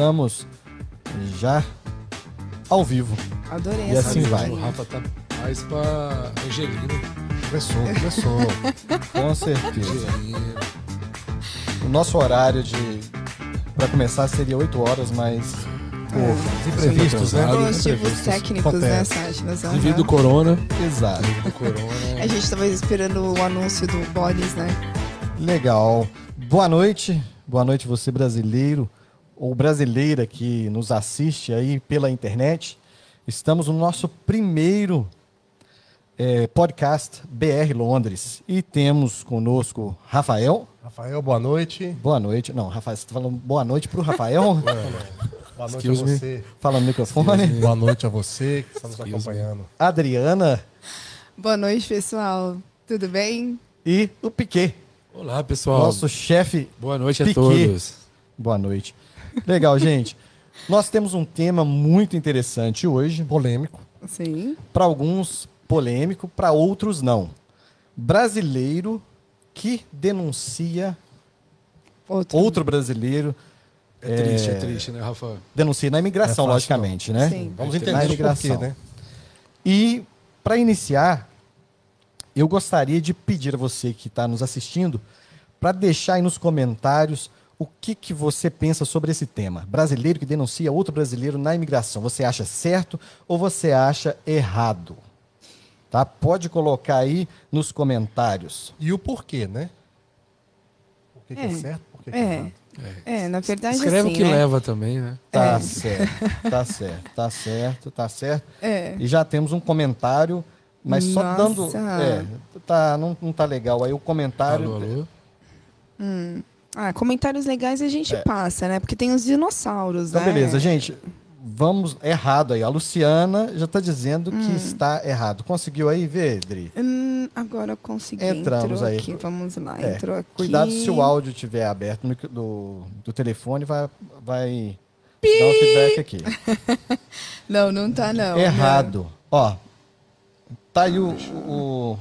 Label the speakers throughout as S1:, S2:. S1: Estamos já ao vivo.
S2: Adorei
S1: E
S2: essa
S1: assim
S2: música.
S1: vai.
S3: O Rafa tá mais pra Angelina. é
S1: Começou, começou. Com certeza.
S3: Angelina.
S1: O nosso horário de para começar seria 8 horas, mas
S3: É,
S1: por imprevistos, né?
S3: Claro,
S2: Motivos técnicos, né,
S1: Acontece.
S2: Sati? Nós vamos
S3: Devido ao
S2: lá.
S3: corona.
S1: Exato.
S3: Do corona.
S2: A gente tava esperando o anúncio do Boris, né?
S1: Legal. Boa noite. Boa noite você brasileiro ou brasileira que nos assiste aí pela internet. Estamos no nosso primeiro eh, podcast BR Londres e temos conosco Rafael.
S4: Rafael, boa noite.
S1: Boa noite. Não, Rafael, você está falando boa noite para o Rafael?
S4: Boa noite
S3: Excuse
S4: a
S3: me.
S4: você.
S1: Fala no microfone.
S4: Boa noite a você que está nos
S3: Excuse
S4: acompanhando.
S1: Adriana
S2: Boa noite, pessoal. Tudo bem?
S1: e o Piquet,
S3: Olá, pessoal.
S1: nosso chefe
S3: Boa noite a
S1: Piquet.
S3: todos.
S1: Boa noite. Legal, gente. Nós temos um tema muito interessante hoje, polêmico.
S2: Sim.
S1: Para alguns, polêmico, para outros, não. Brasileiro que denuncia
S2: Outro.
S1: outro brasileiro,
S3: É triste, é triste, né, Rafa?
S1: denuncia na imigração,
S4: Não é fácil,
S1: logicamente, né?
S2: Sim.
S4: Vamos
S1: Na
S4: entender o
S1: imigração.
S4: porquê, né?
S1: E, para iniciar, eu gostaria de pedir a você que está nos assistindo para deixar aí nos comentários o que, que você pensa sobre esse tema. Brasileiro que denuncia outro brasileiro na imigração. Você acha certo ou você acha errado? Tá? Pode colocar aí nos comentários.
S4: E o porquê, né? Por que, que é
S2: É.
S4: certo? Por que, que é
S2: É.
S4: errado?
S2: É, na verdade,
S3: Escreve
S2: assim,
S3: o que
S2: né?
S3: leva também, né?
S1: Tá
S2: É.
S1: certo, tá certo, tá certo, tá certo.
S2: É.
S1: E já temos um comentário, mas só
S2: Nossa.
S1: dando. É, tá, não, não tá legal. Aí o comentário.
S3: Alô, alô.
S2: Ah, comentários legais a gente passa, né? Porque tem os dinossauros,
S1: Então,
S2: né?
S1: beleza, gente. Vamos errado aí. A Luciana já está dizendo que está errado. Conseguiu aí ver, Dri?
S2: Hum, agora eu consegui.
S1: Entramos
S2: entrou
S1: aí.
S2: aqui. Vamos lá,
S1: É,
S2: entrou aqui.
S1: Cuidado se o áudio estiver aberto no micro- do, do telefone, vai, vai dar um feedback aqui.
S2: Não, não tá, não.
S1: errado. Ó, tá aí o, o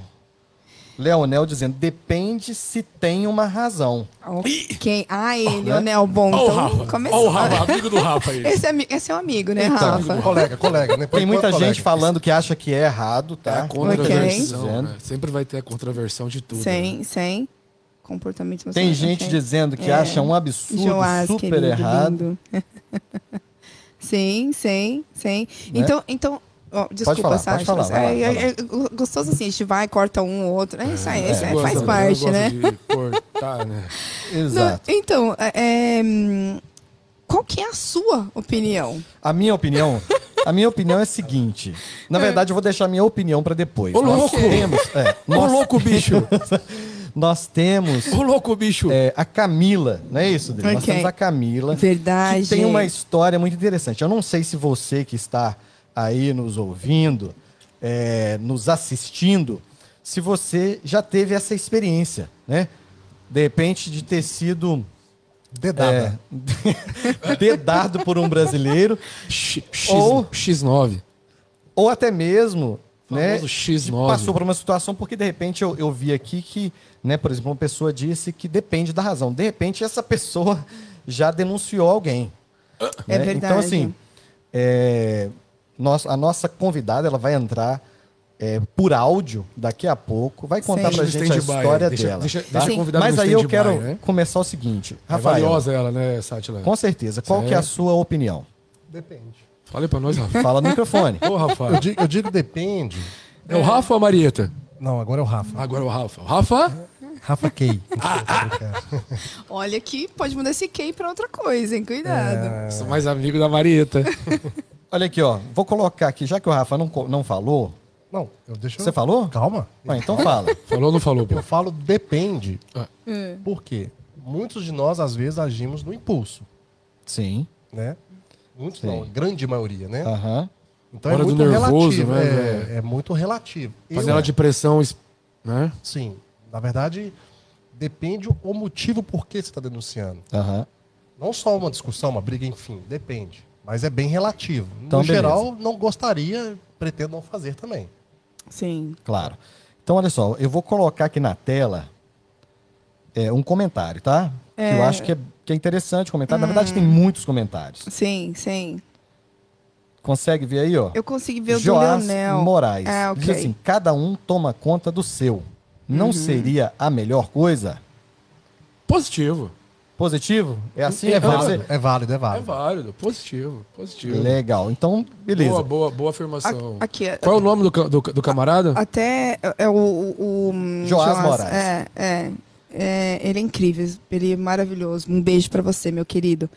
S1: Leonel dizendo, depende se tem uma razão.
S2: Não. Ok. Ah, ele, o Neo Bom.
S3: Ó o
S2: Então,
S3: Rafa.
S2: começou.
S3: Ó o Rafa, amigo do Rafa aí.
S2: Esse é, ami- esse é um amigo, né,
S1: Então,
S2: Rafa?
S4: Colega, colega, né? Por
S1: Tem muita
S4: enquanto,
S1: gente
S4: colega.
S1: falando que acha que é errado,
S3: É
S1: tá?
S3: a
S1: Ok.
S3: contraversão,
S1: Dizendo.
S3: né? Sempre vai ter a contraversão de tudo. né?
S2: Sem, sem. Comportamento
S1: Tem
S2: emocional,
S1: gente
S2: sem.
S1: dizendo que acha um absurdo,
S2: É. Joás,
S1: super
S2: querido,
S1: errado.
S2: lindo. sim, sim, sim. Então, então ó, desculpa,
S1: falar, Né? pode
S2: Sasha.
S1: falar, vai lá,
S2: é, é,
S1: vai
S2: é gostoso assim, a gente vai, corta um ou outro. É isso aí, isso aí,
S3: Gosta,
S2: faz
S3: né?
S2: parte,
S3: Eu
S2: né?
S3: gosto de cortar, né?
S1: Exato.
S2: Não, então, é, é, hum, qual que é a sua opinião?
S1: A minha opinião, a minha opinião é a seguinte. Na verdade, eu vou deixar a minha opinião para depois.
S3: É. Ô,
S1: Nós
S3: louco!
S1: temos, é,
S3: Ô,
S1: nós,
S3: louco, bicho!
S1: nós temos
S3: Ô, louco, bicho!
S1: é, a Camila, não é isso, Dri? Nós
S2: Ok.
S1: temos a Camila.
S2: Verdade.
S1: Que tem uma história muito interessante. Eu não sei se você que está aí nos ouvindo, é, nos assistindo, se você já teve essa experiência, né? De repente, de ter sido
S4: Dedada.
S1: é, dedado por um brasileiro,
S3: X, X,
S1: Ou-
S3: X9.
S1: ou até mesmo, né?
S3: Famoso X9.
S1: Passou por uma situação porque, de repente, eu, eu vi aqui que, né, por exemplo, uma pessoa disse que depende da razão. De repente, essa pessoa já denunciou alguém.
S2: É
S1: Então,
S2: verdade.
S1: assim, é, nós- a nossa convidada ela vai entrar é, por áudio daqui a pouco, vai contar
S2: Sim.
S1: pra
S3: Deixa no
S1: gente a
S3: stand-by,
S1: história
S3: deixa-
S1: dela.
S3: deixa-
S1: tá?
S3: deixa
S2: a
S3: convidada
S1: Mas
S3: no
S1: aí eu
S3: stand-by,
S1: quero
S3: né?
S1: começar o seguinte,
S3: É
S1: Rafael,
S3: valiosa ela, né, Sátila?
S1: com certeza, qual que é a sua opinião?
S4: Depende.
S3: Fala aí pra nós, Rafa.
S1: Fala no microfone.
S3: Ô, Rafa.
S4: Eu digo, eu digo depende.
S3: É o Rafa ou a Marieta?
S4: Não, agora é o Rafa.
S3: Agora é o Rafa. O Rafa?
S4: Rafa Key. Desculpa,
S2: Olha que pode mudar esse K pra outra coisa, hein? Cuidado.
S1: É.
S3: Sou mais amigo da Marieta.
S1: Olha aqui, ó, vou colocar aqui, já que o Rafa não, co- não falou,
S4: não, eu deixo.
S1: você falou?
S4: Calma.
S1: Ah, então fala.
S3: Falou ou não falou, pô?
S4: Eu falo depende.
S3: Ah.
S4: Por quê? Muitos de nós, às vezes, agimos no impulso,
S1: Sim.
S4: né? Muitos
S1: Sim. Ah.
S4: não, a grande maioria, né?
S1: Aham.
S4: Então
S3: Hora
S4: é
S3: do
S4: muito
S3: nervoso,
S4: relativo.
S3: né,
S4: é-
S3: velho?
S4: é, muito relativo. Eu-
S3: Panela de pressão, es- né?
S4: Sim. Na verdade, depende o motivo por que você está denunciando.
S1: Aham.
S4: Não só uma discussão, uma briga, enfim, depende. Mas é bem relativo.
S1: Então,
S4: no
S1: beleza.
S4: geral, não gostaria, pretendo não fazer também.
S2: Sim.
S1: Claro. Então, olha só, eu vou colocar aqui na tela é, um comentário, tá? Que eu acho que é que é interessante o comentário.
S2: Hum.
S1: Na verdade, tem muitos comentários.
S2: Sim, sim.
S1: Consegue ver aí, ó?
S2: Eu consegui ver o do
S1: Joás
S2: Leonel.
S1: Moraes.
S2: Ah,
S1: Diz
S2: ok. Uhum.
S1: assim, cada um toma conta do seu. Não seria a melhor coisa?
S3: Positivo.
S1: Positivo? É assim?
S3: É
S1: que deve
S3: válido.
S1: ser?
S4: É válido, é
S3: É
S4: válido.
S3: válido. Positivo. Positivo.
S1: Legal. Então, beleza.
S3: Boa, boa, boa afirmação.
S2: A- aqui,
S3: Qual é o nome do, ca- do, do camarada?
S2: até é o, o, o hum,
S1: Joás Moraes.
S2: É, é, É, ele é incrível, ele é maravilhoso. Um beijo pra você, meu querido.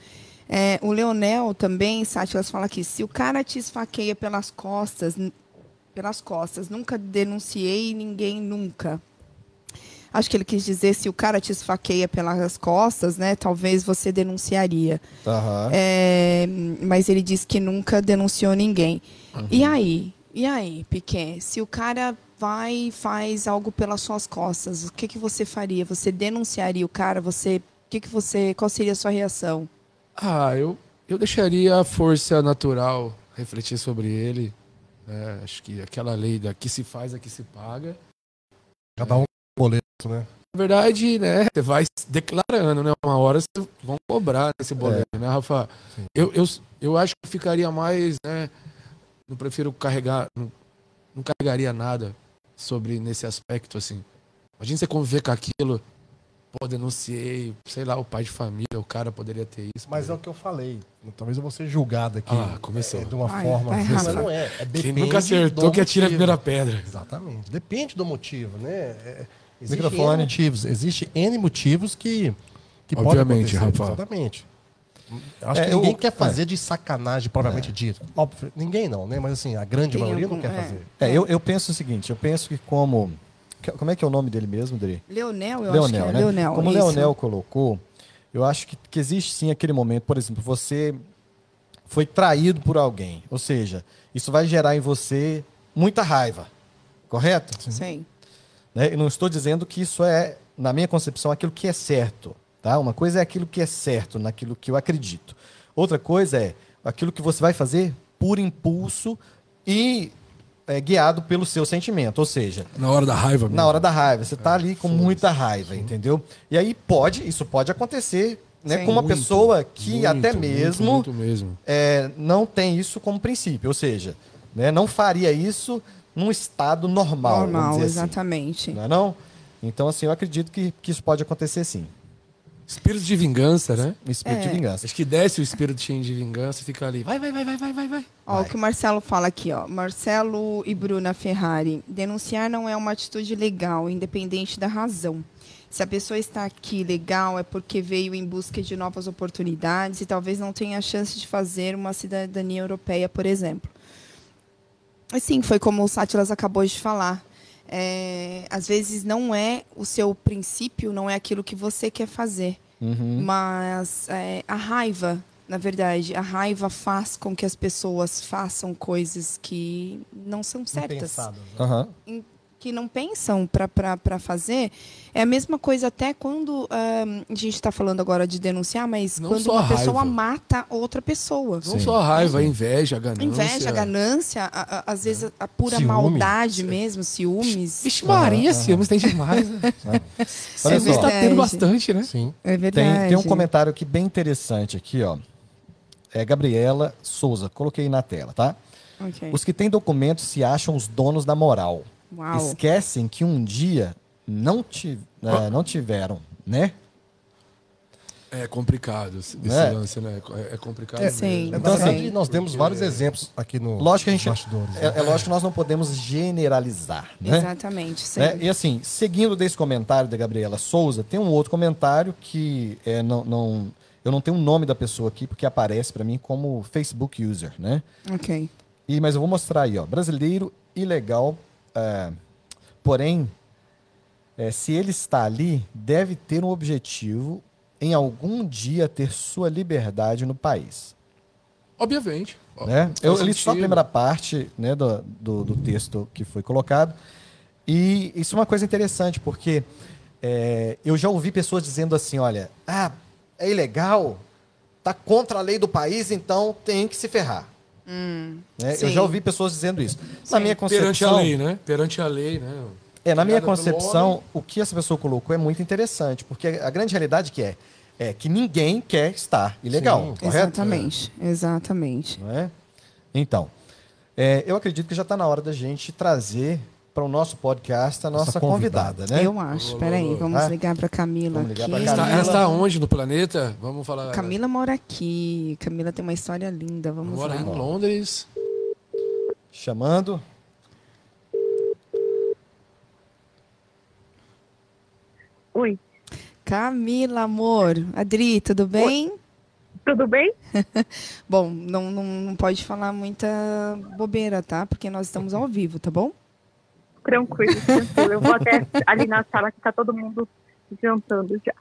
S2: É, o Leonel também, Sátilas, fala aqui: se o cara te esfaqueia pelas costas, n- pelas costas, nunca denunciei ninguém nunca. Acho que ele quis dizer se o cara te esfaqueia pelas costas, né? Talvez você denunciaria.
S1: Aham.
S2: É, mas ele disse que nunca denunciou ninguém.
S1: Uhum.
S2: E aí? E aí, Piquet? Se o cara vai e faz algo pelas suas costas, o que, que você faria? Você denunciaria o cara? Você, o que, que você, qual seria a sua reação?
S3: Ah, eu, eu deixaria a força natural refletir sobre ele. né? acho que aquela lei da que se faz, a que se paga.
S4: Cada um tem um boleto, né?
S3: Na verdade, né, você vai se declarando, né? Uma hora vocês vão cobrar esse boleto,
S1: É.
S3: né, Rafa?
S4: Sim.
S3: Eu, eu, eu acho que ficaria mais, né? Não prefiro carregar, não, não carregaria nada sobre nesse aspecto, assim. Imagina você conviver com aquilo, pô, denunciei, sei lá, o pai de família, o cara poderia ter isso.
S4: Mas é o que eu falei. Talvez eu vou ser julgado aqui.
S3: Ah, começou.
S4: É, de uma
S2: Ai,
S4: forma.
S2: vai
S4: Mas
S2: errar.
S4: não é. é
S3: Quem
S4: depende
S3: nunca acertou
S4: do
S3: que atira a
S4: motivo.
S3: primeira pedra.
S4: Exatamente. Depende do motivo, né? É, existe
S1: Microfone.
S4: N motivos. Existe N motivos que, que
S3: Obviamente,
S4: podem acontecer.
S3: Rafa.
S4: Exatamente. Acho
S1: É,
S4: que ninguém
S1: eu-
S4: quer fazer de sacanagem,
S3: É.
S4: propriamente dito. Óbvio, ninguém não, né? Mas assim, a grande
S2: Tem
S4: maioria não
S2: algum-
S4: quer
S2: é.
S4: fazer.
S1: É, eu, eu penso o seguinte, eu penso que como... que- Como é que é o nome dele mesmo, Dri?
S2: Leonel, eu acho que
S1: Leonel,
S2: é
S1: né?
S2: Leonel.
S1: Como o
S2: isso.
S1: Leonel colocou, eu acho que, que existe sim aquele momento, por exemplo, você foi traído por alguém. Ou seja, isso vai gerar em você muita raiva. Correto?
S2: Sim.
S1: né? Eu não estou dizendo que isso é, na minha concepção, aquilo que é certo. Tá? Uma coisa é aquilo que é certo, naquilo que eu acredito. Outra coisa é aquilo que você vai fazer por impulso e é, guiado pelo seu sentimento. Ou seja,
S3: Na hora da raiva,
S1: na
S3: mesmo.
S1: hora da raiva. Você tá ali com muita raiva, entendeu? E aí pode, isso pode acontecer né,
S2: Sim.
S1: com uma
S3: Muito,
S1: pessoa que
S3: Muito,
S1: até
S3: muito,
S1: mesmo
S3: Muito, mesmo.
S1: é, não tem isso como princípio. Ou seja, né, não faria isso num estado normal. vamos
S2: Normal,
S1: dizer assim.
S2: exatamente.
S1: Não é não? Então, assim, eu acredito que, que isso pode acontecer sim. Um
S3: Espírito de vingança, né?
S1: Espírito de vingança.
S3: Acho que desce o espíritinho de vingança e fica ali. Vai, vai, vai, vai, vai, vai, vai.
S2: Ó, o que o Marcelo fala aqui, ó. Marcelo e Bruna Ferrari. Denunciar não é uma atitude legal, independente da razão. Se a pessoa está aqui legal, é porque veio em busca de novas oportunidades e talvez não tenha a chance de fazer uma cidadania europeia, por exemplo. Assim, foi como o Sátilas acabou de falar. É, às vezes não é o seu princípio, não é aquilo que você quer fazer.
S1: Uhum.
S2: Mas é, a raiva, na verdade, a raiva faz com que as pessoas façam coisas que não são certas,
S4: Impensadas, né?
S1: Aham.
S2: que não pensam para fazer. É a mesma coisa até quando ah, a gente está falando agora de denunciar, mas
S3: Não
S2: quando
S3: só
S2: uma
S3: a
S2: pessoa
S3: raiva.
S2: mata outra pessoa.
S3: Não só a raiva, a inveja, a ganância.
S2: Inveja, ganância, a- a- às vezes
S1: É.
S2: a, a pura
S4: Ciúme.
S2: maldade mesmo, ciúmes.
S3: Vixe Maria, ciúmes tem demais. né?
S1: Olha
S3: Ciúmes
S1: só,
S3: tá tendo
S2: Verdade.
S3: bastante, né?
S4: Sim.
S2: É
S1: tem,
S2: verdade.
S1: tem um comentário aqui bem interessante aqui, ó. É Gabriela Souza, coloquei aí na tela, tá?
S2: Ok.
S1: Os que têm documentos se acham os donos da moral.
S2: Uau.
S1: Esquecem que um dia não, ti- é, não tiveram, né?
S3: É complicado esse esse
S1: É.
S3: lance, né? É- É complicado.
S4: É,
S2: Sim.
S4: Na
S1: Então, assim,
S4: verdade, nós temos
S3: É.
S4: vários exemplos aqui no
S1: Lógico que a
S4: nos
S1: gente.
S4: bastidores, né?
S1: É, é lógico que nós não podemos generalizar, né?
S2: Exatamente, sim.
S1: Né? E assim, seguindo desse comentário da Gabriela Souza, tem um outro comentário que é, não, não- eu não tenho o nome da pessoa aqui, porque aparece para mim como Facebook user, né?
S2: Ok.
S1: E, mas eu vou mostrar aí, ó. Brasileiro ilegal, é, porém, é, se ele está ali, deve ter um objetivo em algum dia ter sua liberdade no país.
S3: Obviamente. Ó,
S1: né?
S3: faz
S1: Eu li só a
S3: sentido.
S1: primeira parte né, do, do, do texto que foi colocado. E isso é uma coisa interessante, porque é, eu já ouvi pessoas dizendo assim: olha, ah, é ilegal, tá contra a lei do país, então tem que se ferrar. Né? Eu
S2: Hum, sim.
S1: já ouvi pessoas dizendo isso. Na
S2: Sim.
S1: minha
S3: Perante a
S1: concepção,
S3: lei, né? Perante a lei, né?
S1: é, na minha
S3: Criada pelo
S1: concepção, o que essa pessoa colocou é muito interessante, porque a grande realidade que é, É, que ninguém quer estar ilegal,
S4: Sim.
S1: correto?
S2: Exatamente, exatamente.
S1: Não é? Então, é, eu acredito que já está na hora da gente trazer para o nosso podcast a
S4: Nossa
S1: nossa
S4: convidada.
S1: convidada, né?
S2: Eu acho.
S3: Alô,
S2: Peraí,
S3: alô.
S2: vamos
S1: Ah,
S2: ligar para Camila
S1: vamos ligar
S2: aqui.
S1: pra
S3: Ela
S1: Camila.
S3: está, ela está onde no planeta? Vamos falar.
S2: Camila mora aqui. Camila tem uma história linda. Vamos
S3: mora
S2: lá.
S3: em Londres.
S1: Chamando.
S5: Oi,
S2: Camila, amor. Adri, tudo bem?
S5: tudo bem?
S2: Bom, não, não, não pode falar muita bobeira, tá? Porque nós estamos ao vivo, tá bom?
S5: Tranquilo, tranquilo. Eu vou até ali na sala que tá todo mundo jantando já.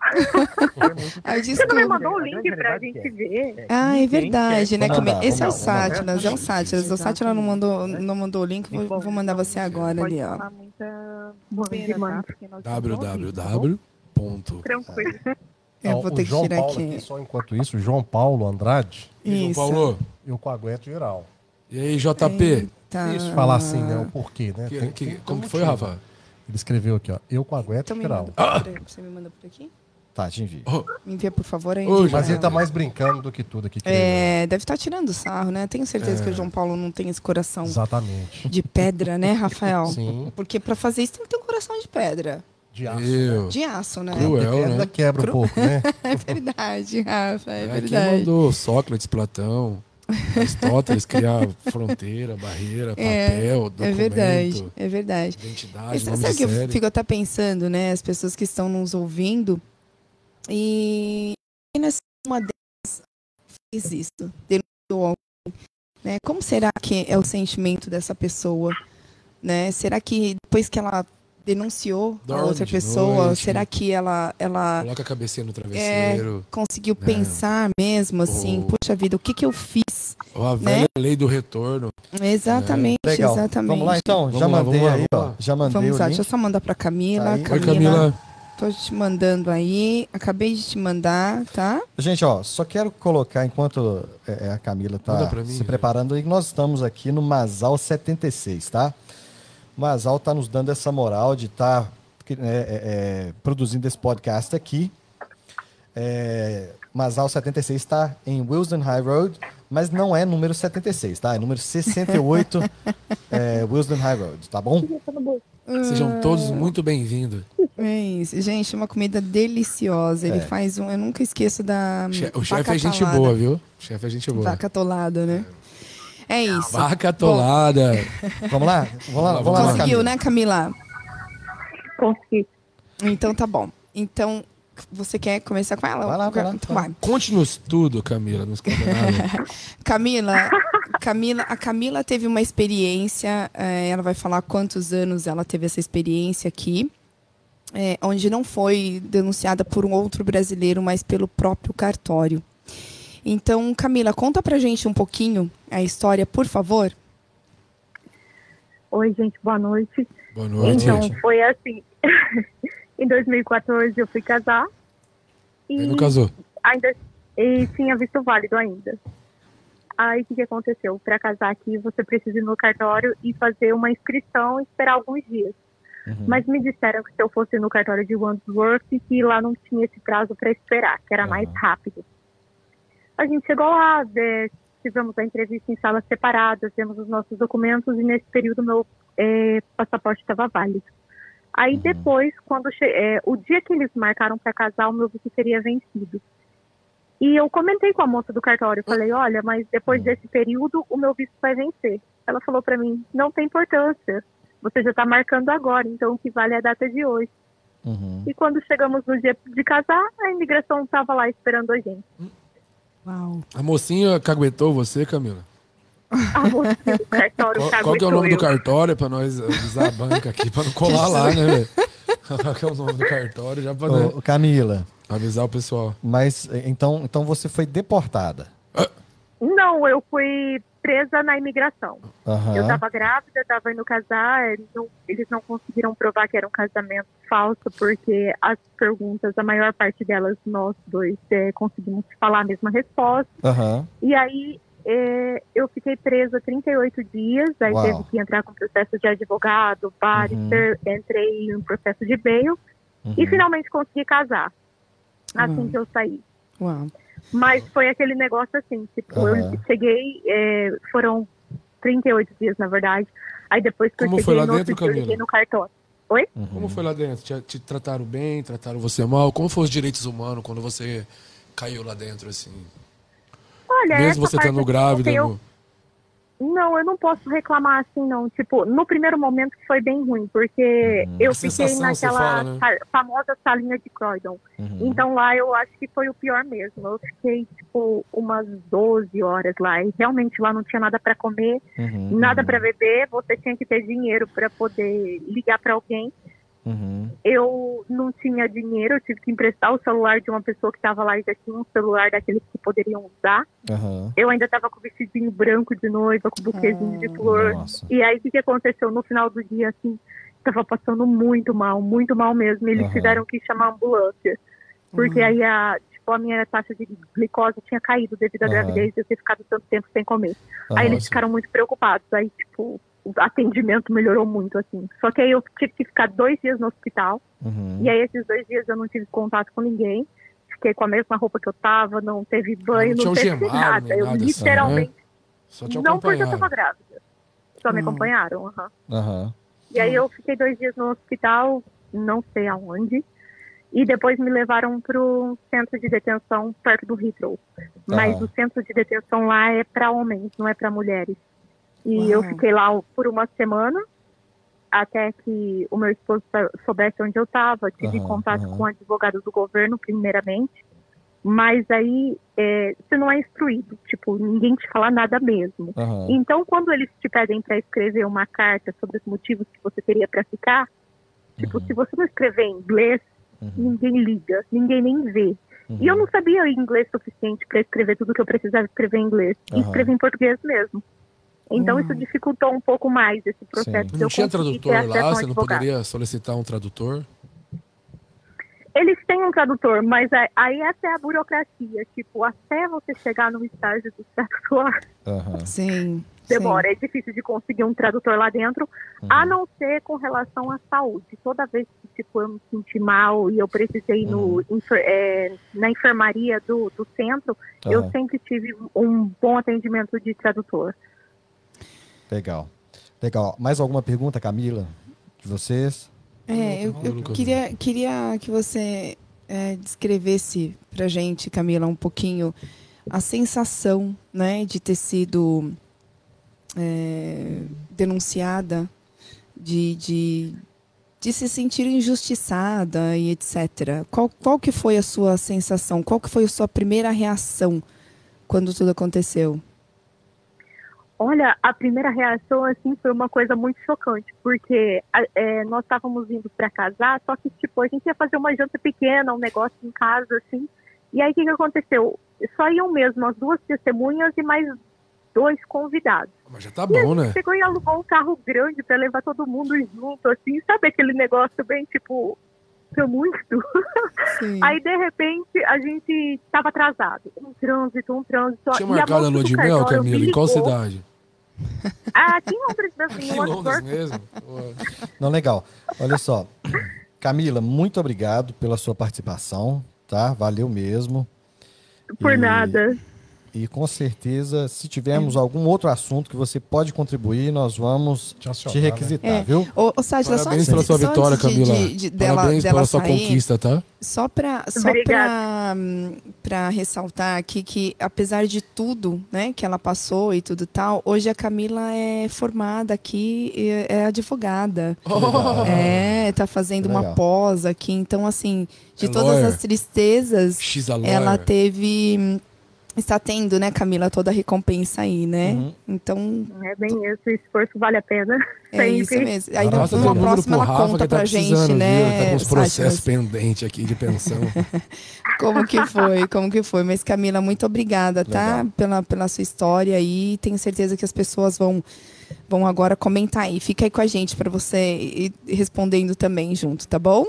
S2: Ai,
S5: Você não me
S2: desculpa.
S5: mandou o
S3: né?
S5: link pra gente ver?
S2: Ah, é verdade, né?
S1: Vou
S2: Camila?
S1: mandar,
S2: Esse é o
S1: vou mandar.
S2: Sátiras, é o Sátiras. O Sátiras não mandou, não mandou o link, vou, vou mandar você agora ali, ó.
S5: falar muita
S2: Bobeira, tá?
S5: mano.
S2: Porque nós estamos ao vivo, tá bom?
S3: www. Ponto.
S5: Tranquilo.
S2: Eu
S4: Ó,
S2: vou
S4: Então, o
S2: ter que
S4: João
S2: tirar
S4: Paulo
S2: aqui.
S4: Só enquanto isso, o João Paulo Andrade,
S3: E, João
S2: Isso.
S3: Paulo,
S4: eu com aguento geral.
S3: e aí, JP?
S2: Tá.
S4: Isso, falar assim, né? O porquê,
S2: É.
S4: né?
S3: Que-
S4: Tem-
S3: que-
S4: tem-
S3: como que
S4: tem
S3: foi,
S4: motivo.
S3: Rafa?
S4: Ele escreveu aqui, ó. Eu com aguento
S2: Então me
S4: geral. Ah,
S2: manda por aí. Você me manda por aqui?
S1: Tá, te envio.
S2: Me envia, por favor, aí.
S3: Ô,
S2: envia
S3: João.
S4: Mas
S2: pra
S4: ele tá
S2: ela.
S4: mais brincando do que tudo aqui. querido.
S2: É, deve estar tirando sarro, né? Tenho certeza
S3: É.
S2: que o João Paulo não tem esse coração
S4: Exatamente.
S2: de pedra, né, Rafael?
S4: Sim.
S2: Porque pra fazer isso tem que ter um coração de pedra.
S4: De
S1: Tá.
S4: aço. É,
S3: Eu.
S2: De aço, né?
S3: Cruel.
S4: Porque
S3: né?
S4: ainda quebra um pouco, né?
S2: É verdade, Rafa, é,
S3: É, quem
S2: verdade.
S3: mandou Sócrates, Platão, Aristóteles criar fronteira, barreira,
S2: É,
S3: papel, documento,
S2: É verdade, é verdade.
S3: identidade,
S2: Isso-
S3: nome
S2: sabe
S3: Ah, de
S2: o que eu
S3: série.
S2: fico até pensando, né? As pessoas que estão nos ouvindo e apenas uma delas fez isso, denunciou alguém, né? Como será que é o sentimento dessa pessoa, né? Será que depois que ela denunciou a
S3: Dorme
S2: outra
S3: de
S2: pessoa,
S3: noite.
S2: será que ela ela
S3: Coloca a cabecinha
S2: É.
S3: no travesseiro.
S2: conseguiu
S3: Não.
S2: pensar mesmo assim,
S3: O-
S2: poxa vida, o que que eu fiz?
S3: Ou a velha lei do retorno.
S2: Exatamente,
S1: Legal.
S2: exatamente.
S1: Vamos lá então, já
S3: Vamos lá,
S1: mandei
S3: vamos lá,
S1: aí,
S3: vamos
S1: ó.
S3: lá.
S1: Já mandei
S2: Vamos
S1: o
S2: lá,
S1: link.
S2: deixa eu só mandar pra
S1: Tá
S2: Camila.
S1: aí.
S3: Oi,
S2: Camila.
S3: Camila.
S2: Tô te mandando aí. Acabei de te mandar, tá?
S1: Gente, ó, só quero colocar, enquanto é, é, a Camila tá
S3: Manda pra mim,
S1: se
S3: velho.
S1: preparando aí, que nós estamos aqui no Masal 76, tá? O Masal tá nos dando essa moral de tá, estar é, produzindo esse podcast aqui. É, Masal 76 está tá em Wilson High Road, mas não é número 76, tá? É número 68 é, Wilson High Road, tá bom?
S2: Ah.
S3: Sejam todos muito bem-vindos.
S2: É isso. Gente, uma comida deliciosa. Ele
S1: É.
S2: faz um. Eu nunca esqueço da.
S3: Che- O
S2: vaca
S3: chefe é gente
S2: atolada.
S3: boa, viu? O chefe é gente boa. Ah,
S2: Vaca atolada, né? É isso.
S3: Vaca atolada.
S1: Vamos lá? Vamos lá, vamos lá, na
S2: Conseguiu,
S1: Camila.
S2: né, Camila?
S5: Consegui.
S2: Então tá bom. Então, você quer começar com ela?
S1: Vai lá, vai lá,
S2: Então
S1: vai.
S2: vai.
S3: Conte-nos tudo, Camila. Nos conta nada.
S2: Camila, Camila, a Camila teve uma experiência, eh, ela vai falar quantos anos ela teve essa experiência aqui, eh, onde não foi denunciada por um outro brasileiro, mas pelo próprio cartório. Então, Camila, conta pra gente um pouquinho a história, por favor.
S5: Oi, gente, boa noite.
S3: Boa noite.
S5: então,
S1: gente.
S5: foi assim. em 2014 eu fui casar. E
S3: Ele não casou.
S5: ainda e tinha visto válido ainda. Aí o que, que aconteceu? Para casar aqui, você precisa ir no cartório e fazer uma inscrição e esperar alguns dias.
S1: Uhum.
S5: Mas me disseram que se eu fosse no cartório de Wandsworth, que lá não tinha esse prazo para esperar, que era
S1: Aham.
S5: mais rápido. A gente chegou lá, é, tivemos a entrevista em salas separadas, temos os nossos documentos e nesse período meu é, passaporte estava válido. Aí
S1: Uhum.
S5: depois, quando che- é, o dia que eles marcaram para casar, o meu visto seria vencido. E eu comentei com a moça do cartório,
S3: Ah.
S5: falei, olha, mas depois
S1: Uhum.
S5: desse período o meu visto vai vencer. Ela falou para mim, não tem importância, você já está marcando agora, então o que vale é a data de hoje.
S1: Uhum.
S5: E quando chegamos no dia de casar, a imigração estava lá esperando a gente.
S2: Uau.
S3: A mocinha caguetou você, Camila?
S5: A moça do cartório
S3: Qual, qual
S5: caguetou
S3: que é o nome
S5: eu.
S3: do cartório pra nós avisar a banca aqui, pra não colar lá, né, velho? Qual que é o nome do cartório, já pra né,
S1: Ô, Camila,
S3: avisar o pessoal.
S1: mas eh, então, então você foi deportada.
S5: Não, eu fui presa na imigração.
S1: Aham.
S5: Eu tava grávida, tava indo casar, eles não, eles não conseguiram provar que era um casamento falso, porque as perguntas, a maior parte delas, nós dois é, conseguimos falar a mesma resposta.
S1: Aham.
S5: E aí é, eu fiquei presa 38 dias, aí
S1: Uau.
S5: teve que entrar com processo de advogado, barrister, entrei em um processo de bail
S1: Uhum.
S5: e finalmente consegui casar. assim
S2: Uhum.
S5: que eu saí.
S2: Uau.
S5: Mas foi aquele negócio assim, tipo,
S1: Aham.
S5: eu cheguei, é, foram 38 dias, na verdade. Aí depois que
S3: Como
S5: eu
S3: foi
S5: cheguei
S3: lá
S5: no outro
S3: dentro,
S5: dia, eu
S3: Camila?
S5: liguei no cartório.
S3: Como foi lá dentro? Te, te trataram bem? Trataram você mal? Como foram os direitos humanos quando você caiu lá dentro, assim?
S5: Olha,
S3: Mesmo
S5: essa
S3: você
S5: parte,
S3: estando
S5: assim,
S3: grávida,
S5: eu-
S3: amor.
S5: Não, eu não posso reclamar assim, não. Tipo, no primeiro momento que foi bem ruim, porque
S3: Uhum.
S5: eu
S3: A
S5: fiquei
S3: sensação, você
S5: naquela
S3: fala, né? Uhum.
S5: sa- famosa salinha de Croydon.
S1: uhum,
S5: Então lá eu acho que foi o pior mesmo. Eu fiquei, tipo, umas 12 horas lá. E realmente lá não tinha nada pra comer,
S1: uhum,
S3: Uhum.
S5: nada pra beber. Você tinha que ter dinheiro pra poder ligar pra alguém.
S1: uhum,
S5: Eu não tinha dinheiro, eu tive que emprestar o celular de uma pessoa que tava lá e já tinha um celular daqueles que poderiam usar. Eu ainda tava com o vestidinho branco de noiva, com o buquezinho de flor.
S1: Ah, Uhum. Nossa.
S5: E aí, o que, que aconteceu? No final do dia, assim, tava passando muito mal, muito mal mesmo. Eles
S1: Aham. Uhum.
S5: tiveram que chamar a ambulância. Porque aí, a, tipo, a minha taxa de glicose tinha caído devido à
S1: Aham.
S5: gravidez e eu ter ficado tanto tempo sem comer. Aí eles ficaram muito preocupados. Aí, tipo, o atendimento melhorou muito, assim. Só que aí eu tive que ficar dois dias no hospital.
S1: Uhum.
S5: E aí, esses dois dias eu não tive contato com ninguém. Fiquei com a mesma roupa que eu tava, não teve banho,
S3: te
S5: não, teve
S3: algemaram,
S5: nada.
S3: nem
S5: Eu
S3: nada, assim, né?
S5: literalmente
S3: Só Hum. te
S5: não porque eu
S3: acompanharam.
S5: tava grávida. Só me
S2: Não.
S5: acompanharam. aham.
S1: Aham.
S5: E
S1: Hum.
S5: aí eu fiquei dois dias no hospital, não sei aonde. E depois me levaram pro centro de detenção perto do Heathrow. Mas
S1: Aham.
S5: o centro de detenção lá é para homens, não é para mulheres. E
S2: Uau.
S5: eu fiquei lá por uma semana, até que o meu esposo sa- soubesse onde eu estava. Tive
S1: Aham,
S5: contato
S1: aham.
S5: com advogados do governo, primeiramente. Mas aí é, você não é instruído, tipo, ninguém te fala nada mesmo.
S1: Aham.
S5: Então, quando eles te pedem para escrever uma carta sobre os motivos que você teria para ficar, tipo,
S1: Uhum.
S5: se você não escrever em inglês,
S1: Uhum.
S5: ninguém liga, ninguém nem vê.
S1: Uhum.
S5: E eu não sabia inglês suficiente para escrever tudo que eu precisava escrever em inglês. E
S1: Aham.
S5: escrevi em português mesmo. Então,
S2: Uau.
S5: isso dificultou um pouco mais esse processo.
S1: Sim.
S5: de eu
S3: Uhum. Não tinha
S5: conseguir
S3: tradutor
S5: ter acesso a um
S3: lá? Você não
S5: advogado.
S3: poderia solicitar um tradutor?
S5: Eles têm um tradutor, mas a- aí essa é a burocracia. Tipo, até você chegar no estágio do tradutor,
S1: Aham.
S2: Sim.
S5: demora. É difícil de conseguir um tradutor lá dentro,
S1: uhum.
S5: a não ser com relação à saúde. Toda vez que tipo, eu me senti mal e eu precisei no, enfer- é, na enfermaria do, do centro, eu
S1: Aham.
S5: sempre tive um bom atendimento de tradutor.
S1: Legal. Legal. Mais alguma pergunta, Camila? De vocês?
S2: É, eu, eu
S3: Nunca vi.
S2: queria, queria que você é, descrevesse pra gente, Camila, um pouquinho a sensação, né, de ter sido é, denunciada, de, de, de se sentir injustiçada e etc. Qual, qual que foi a sua sensação? Qual que foi a sua primeira reação quando tudo aconteceu?
S5: Olha, a primeira reação assim foi uma coisa muito chocante, porque a- é, nós estávamos indo para casar, só que tipo a gente ia fazer uma janta pequena, um negócio em casa assim. E aí o que, que aconteceu? Só iam mesmo as duas testemunhas e mais dois convidados.
S3: Mas já tá bom, né?
S5: Chegou e alugou um carro grande para levar todo mundo junto, assim, sabe aquele negócio bem tipo que eu muito.
S2: Sim.
S5: Aí de repente a gente estava atrasado, um trânsito, um trânsito.
S3: Tinha
S5: e a
S3: marcado a
S5: moça
S3: lua
S5: do
S3: de mel,
S5: cartório me
S3: Camila? Em qual
S5: ligou.
S3: cidade?
S5: Ah, aqui em Londres mesmo,
S3: Aqui
S5: em
S3: em
S5: Londres.
S3: Londres mesmo? Pô.
S1: Não, legal. Olha só. Camila, muito obrigado pela sua participação, tá? Valeu mesmo.
S5: Por
S1: E-
S3: Hum.
S5: nada.
S1: E com certeza, se tivermos
S5: Hum.
S1: algum outro assunto que você pode contribuir, nós vamos
S4: Te acionar,
S1: te
S4: né?
S1: requisitar,
S2: É.
S1: viu?
S2: Ô, ô, Sátila, só
S3: Parabéns
S2: antes-
S3: pela sua
S2: só antes
S3: vitória,
S2: de-
S3: Camila.
S2: de- de- dela-
S3: Parabéns
S2: dela
S3: pela sua
S2: sair,
S3: conquista, tá?
S2: Só para só
S5: Obrigada.
S2: pra, hum, pra ressaltar aqui que, apesar de tudo né, que ela passou e tudo tal, hoje a Camila é formada aqui, é é advogada.
S3: Ah,
S2: É, tá fazendo
S1: Legal.
S2: uma pós aqui. Então, assim, de
S3: É
S2: todas
S3: lawyer.
S2: as tristezas,
S3: X é. a
S2: ela
S3: lawyer.
S2: teve. hum, Está tendo, né, Camila, toda a recompensa aí, né?
S1: Uhum.
S2: Então,
S5: É bem isso, o esforço vale a pena.
S2: é
S5: Sempre.
S2: isso mesmo.
S3: tá
S2: Aí
S1: Nossa,
S2: numa
S1: tem um
S2: próxima ela conta pra gente, né?
S3: Ele tá com os
S2: Sátila?
S3: processos pendentes aqui de pensão.
S2: Como que foi, como que foi. Mas Camila, muito obrigada, tá?
S1: Legal.
S2: Pela, pela sua história aí. Tenho certeza que as pessoas vão, vão agora comentar aí. Fica aí com a gente para você ir respondendo também junto, tá bom?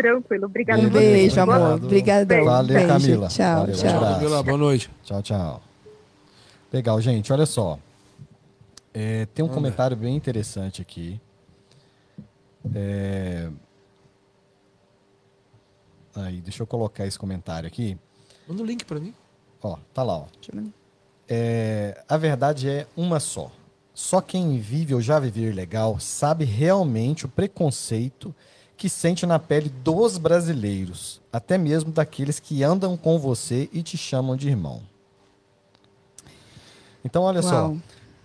S5: Tranquilo, obrigada.
S2: Um
S5: a
S1: Beleza,
S5: vocês.
S2: beijo,
S1: obrigado.
S2: amor. Obrigadão.
S1: Valeu,
S2: beijo.
S1: Camila.
S2: Tchau,
S1: Valeu,
S2: tchau.
S1: abraço.
S3: Camila, boa noite.
S1: Tchau, tchau. Legal, gente. Olha só. É, tem um comentário bem interessante aqui. É, Aí, deixa eu colocar esse comentário aqui.
S3: Manda o link pra mim.
S1: Ó, tá lá, ó.
S2: Deixa eu ver.
S1: É, a verdade é uma só. Só quem vive ou já viver legal sabe realmente o preconceito que sente na pele dos brasileiros, até mesmo daqueles que andam com você e te chamam de irmão. Então, olha só,
S2: Uau.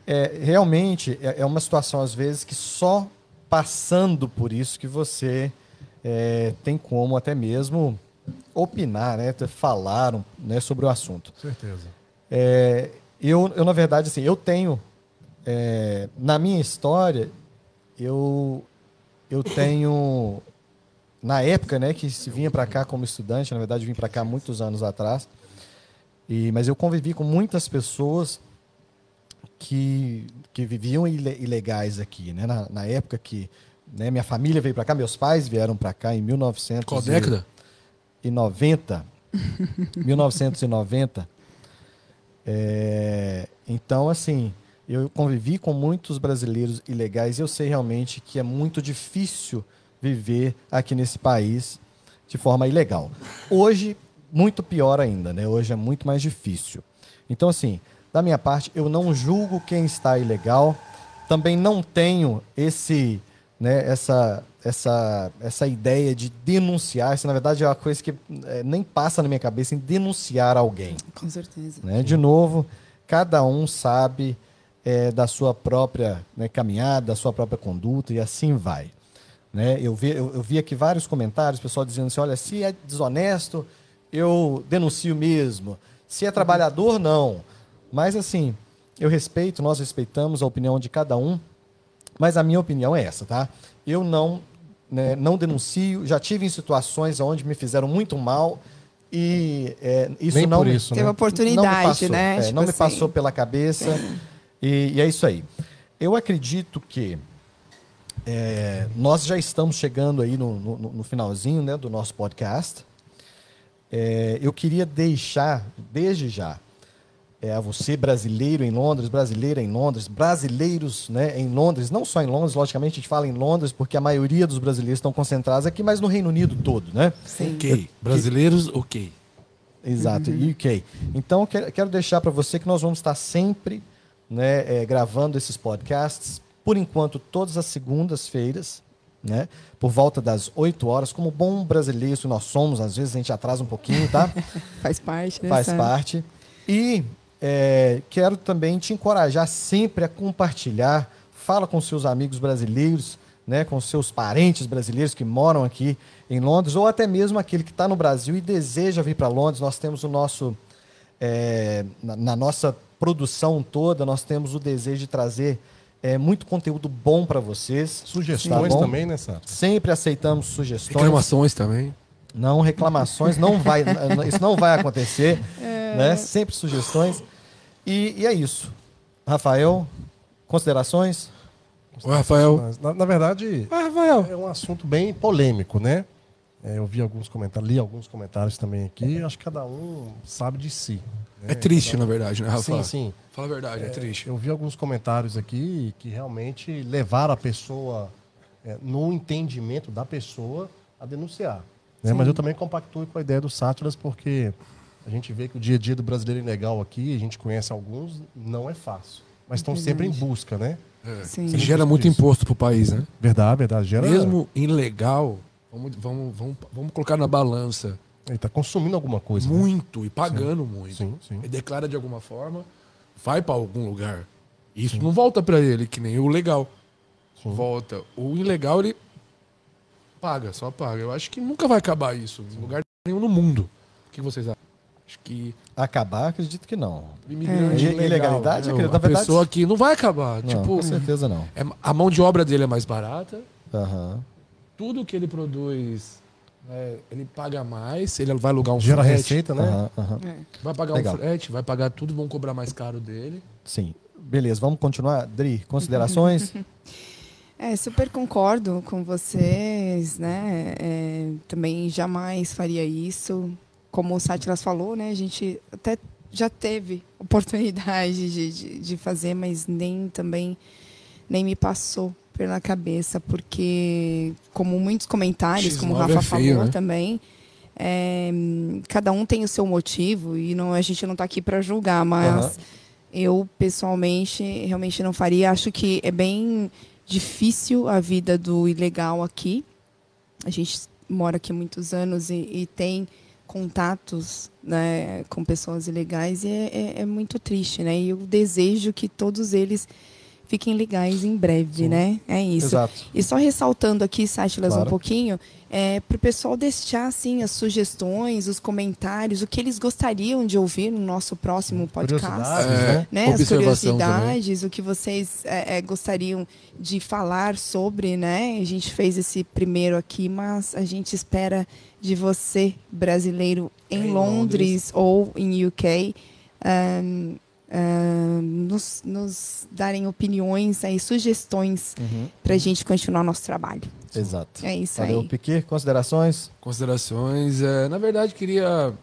S1: é, realmente é, é uma situação, às vezes, que só passando por isso que você é, tem como até mesmo opinar, né, falar um- né, sobre o assunto.
S4: Certeza.
S1: É, Eu, eu, na verdade, assim, eu tenho. é, na minha história, eu, eu tenho. Na época, né, que se vinha para cá como estudante, na verdade, eu vim para cá muitos anos atrás. E, mas eu convivi com muitas pessoas que, que viviam ile- ilegais aqui, né? Na, na época que né, minha família veio para cá, meus pais vieram para cá em 1900.
S3: Qual
S1: e-
S3: década?
S1: e 90, 1990. É, então, assim, eu convivi com muitos brasileiros ilegais e eu sei realmente que é muito difícil viver aqui nesse país de forma ilegal. Hoje, muito pior ainda, né? Hoje é muito mais difícil. Então, assim, da minha parte, eu não julgo quem está ilegal. Também não tenho esse, né, essa, essa, essa ideia de denunciar. Isso, na verdade, é uma coisa que eh, nem passa na minha cabeça em denunciar alguém.
S2: Com certeza.
S1: né? De novo, cada um sabe eh, da sua própria né, caminhada, da sua própria conduta e assim vai. Né? Eu, vi, eu, eu vi aqui vários comentários, pessoal dizendo assim, olha, se é desonesto, eu denuncio mesmo. Se é
S4: Uhum.
S1: trabalhador, não. Mas assim, eu respeito, nós respeitamos a opinião de cada um, mas a minha opinião é essa, tá? Eu não, né, não denuncio, já tive em situações onde me fizeram muito mal e eh, isso
S4: Nem
S1: não
S4: por
S1: me-
S4: isso,
S2: Teve
S4: né?
S1: não me
S2: oportunidade,
S1: passou,
S2: né?
S1: é,
S2: Tipo
S1: não me
S2: assim.
S1: passou pela cabeça. E, e é isso aí. Eu acredito que é, nós já estamos chegando aí no, no- no finalzinho né, do nosso podcast. É, eu queria deixar, desde já, é, a você, brasileiro em Londres, brasileira em Londres, brasileiros né, em Londres, não só em Londres, logicamente a gente fala em Londres porque a maioria dos brasileiros estão concentrados aqui, mas no Reino Unido todo, né?
S2: assim, Sim.
S3: Ok. Brasileiros, ok.
S1: Exato, UK. Então, eu quero, quero deixar para você que nós vamos estar sempre né, eh, gravando esses podcasts, por enquanto, todas as segundas-feiras, né, por volta das 8 horas, como bom brasileiro que nós somos, às vezes a gente atrasa um pouquinho, tá?
S2: Faz parte, né?
S1: Faz
S2: sabe?
S1: parte. E eh, quero também te encorajar sempre a compartilhar. Fala com seus amigos brasileiros, né, com seus parentes brasileiros que moram aqui em Londres, ou até mesmo aquele que está no Brasil e deseja vir para Londres. Nós temos o nosso. eh, na, na nossa produção toda, nós temos o desejo de trazer eh, muito conteúdo bom para vocês.
S4: Sugestões
S1: Tá bom?
S4: também, né, Sara?
S1: Sempre aceitamos sugestões.
S3: Reclamações também.
S1: Não reclamações, não vai, n- isso não vai acontecer,
S2: É.
S1: né? Sempre sugestões. E, e é isso. Rafael, considerações?
S3: Oi, Rafael.
S4: Mas, Na, na verdade,
S3: Oi, Rafael.
S4: é um assunto bem polêmico, né? É, eu vi alguns comentários, li alguns comentários também aqui.
S1: É.
S4: Acho que cada um sabe de si.
S3: É triste, na verdade,
S1: Tá
S3: né,
S4: Sim,
S3: Rafael?
S4: sim.
S3: Fala a verdade, é triste.
S4: Eu vi alguns comentários aqui que realmente levaram a pessoa, é, no entendimento da pessoa, a denunciar. né? Mas eu também compactuo com a ideia dos sátiras, porque a gente vê que o dia a dia do brasileiro é ilegal aqui, a gente conhece alguns, não é fácil. Mas estão sempre em busca, né?
S3: É.
S2: Sim.
S3: E gera muito imposto pro país, né?
S4: Verdade, verdade. Gera...
S3: Mesmo ilegal, vamos, vamos, vamos, vamos colocar na balança.
S4: Ele está consumindo alguma coisa. né?
S3: Muito e pagando muito.
S4: Sim, sim.
S3: Ele declara de alguma forma, vai para algum lugar. Isso não volta para ele, que nem o legal. Volta. O ilegal, ele paga, só paga. Eu acho que nunca vai acabar isso em lugar nenhum no mundo. O que vocês acham? Acho que
S1: Acabar, acredito que não.
S3: imigrante
S1: É. Ilegalidade,
S3: né?
S1: acredito, na
S3: a
S1: verdade-
S3: pessoa que não vai acabar.
S1: Não,
S3: tipo,
S1: com certeza não.
S3: é- a mão de obra dele é mais barata,
S1: Aham.
S3: tudo que ele produz, né, ele paga mais, ele vai alugar um
S4: Gera
S3: frete,
S4: receita, né?
S1: aham, aham.
S3: vai pagar
S1: Legal.
S3: um frete, vai pagar tudo, vão cobrar mais caro dele.
S1: Sim. Beleza, vamos continuar. Dri, considerações?
S2: É, super concordo com vocês, né? É, também jamais faria isso. Como o Sátiras falou, né? A gente até já teve oportunidade de, de, de fazer, mas nem também nem me passou pela cabeça, porque como muitos comentários, como o
S3: X9
S2: Rafa
S3: é feio,
S2: falou
S3: né?
S2: também, É, cada um tem o seu motivo e não, a gente não está aqui para julgar, mas eu pessoalmente realmente não faria. Acho que é bem difícil a vida do ilegal aqui. A gente mora aqui há muitos anos e, e tem contatos né, com pessoas ilegais e é, é- é muito triste, né? E eu desejo que todos eles fiquem legais em breve, né? É isso.
S1: Exato.
S2: E só ressaltando aqui, Sátilas,
S1: Claro.
S2: um pouquinho, é, para o pessoal deixar assim, as sugestões, os comentários, o que eles gostariam de ouvir no nosso próximo podcast.
S4: Curiosidades, né?
S2: Né, as
S3: Observação também.
S2: curiosidades, o que vocês é, é, gostariam de falar sobre, né? A gente fez esse primeiro aqui, mas a gente espera de você, brasileiro, em,
S3: Em
S2: Londres, ou em UK, ahn, ahn, nos, nos darem opiniões aí, sugestões
S3: Uhum.
S2: para a gente continuar o nosso trabalho.
S1: Exato.
S2: É isso
S1: Valeu,
S2: aí.
S1: Piquet. Considerações?
S3: Considerações. é, na verdade, queria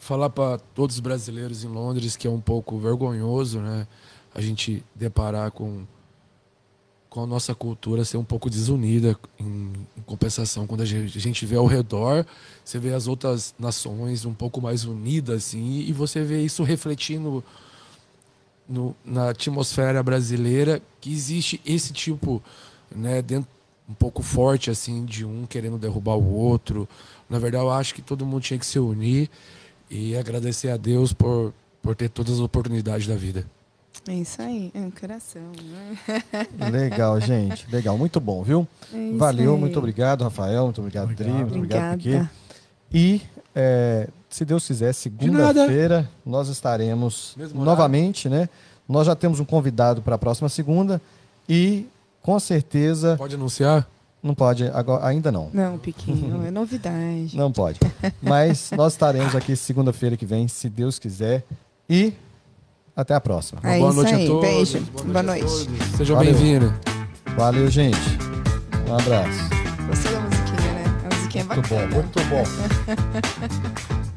S3: falar para todos os brasileiros em Londres que é um pouco vergonhoso, né? A gente deparar com, com a nossa cultura ser um pouco desunida em, em compensação. Quando a gente, a gente vê ao redor, você vê as outras nações um pouco mais unidas, assim, e, e você vê isso refletindo no- na atmosfera brasileira que existe esse tipo, né, dentro, um pouco forte assim de um querendo derrubar o outro. Na verdade, eu acho que todo mundo tinha que se unir e agradecer a Deus por por ter todas as oportunidades da vida.
S2: É isso aí. É um coração. né?
S1: Legal, gente. Legal. Muito bom, viu?
S2: É isso
S1: Valeu.
S2: aí.
S1: Muito obrigado, Rafael. Muito obrigado, Dri. Muito obrigado, Piquet.
S2: Obrigada.
S1: E, é, se Deus quiser, segunda-feira nós estaremos
S3: Mesmo horário.
S1: novamente, né? Nós já temos um convidado para a próxima segunda e, com certeza,
S3: Pode anunciar?
S1: não pode, agora, ainda não.
S2: Não, Piquinho, é novidade.
S1: Não pode. Mas nós estaremos aqui segunda-feira que vem, se Deus quiser. E até a próxima.
S2: É
S3: Boa
S2: isso
S3: noite
S2: aí.
S3: a todos.
S2: Beijo. Boa
S3: a
S2: noite.
S3: todos. Sejam
S1: Valeu.
S3: bem-vindos.
S1: Valeu, gente. Um abraço.
S2: Gostou da musiquinha, né? A musiquinha é
S4: Muito
S2: bacana.
S4: bom, muito bom.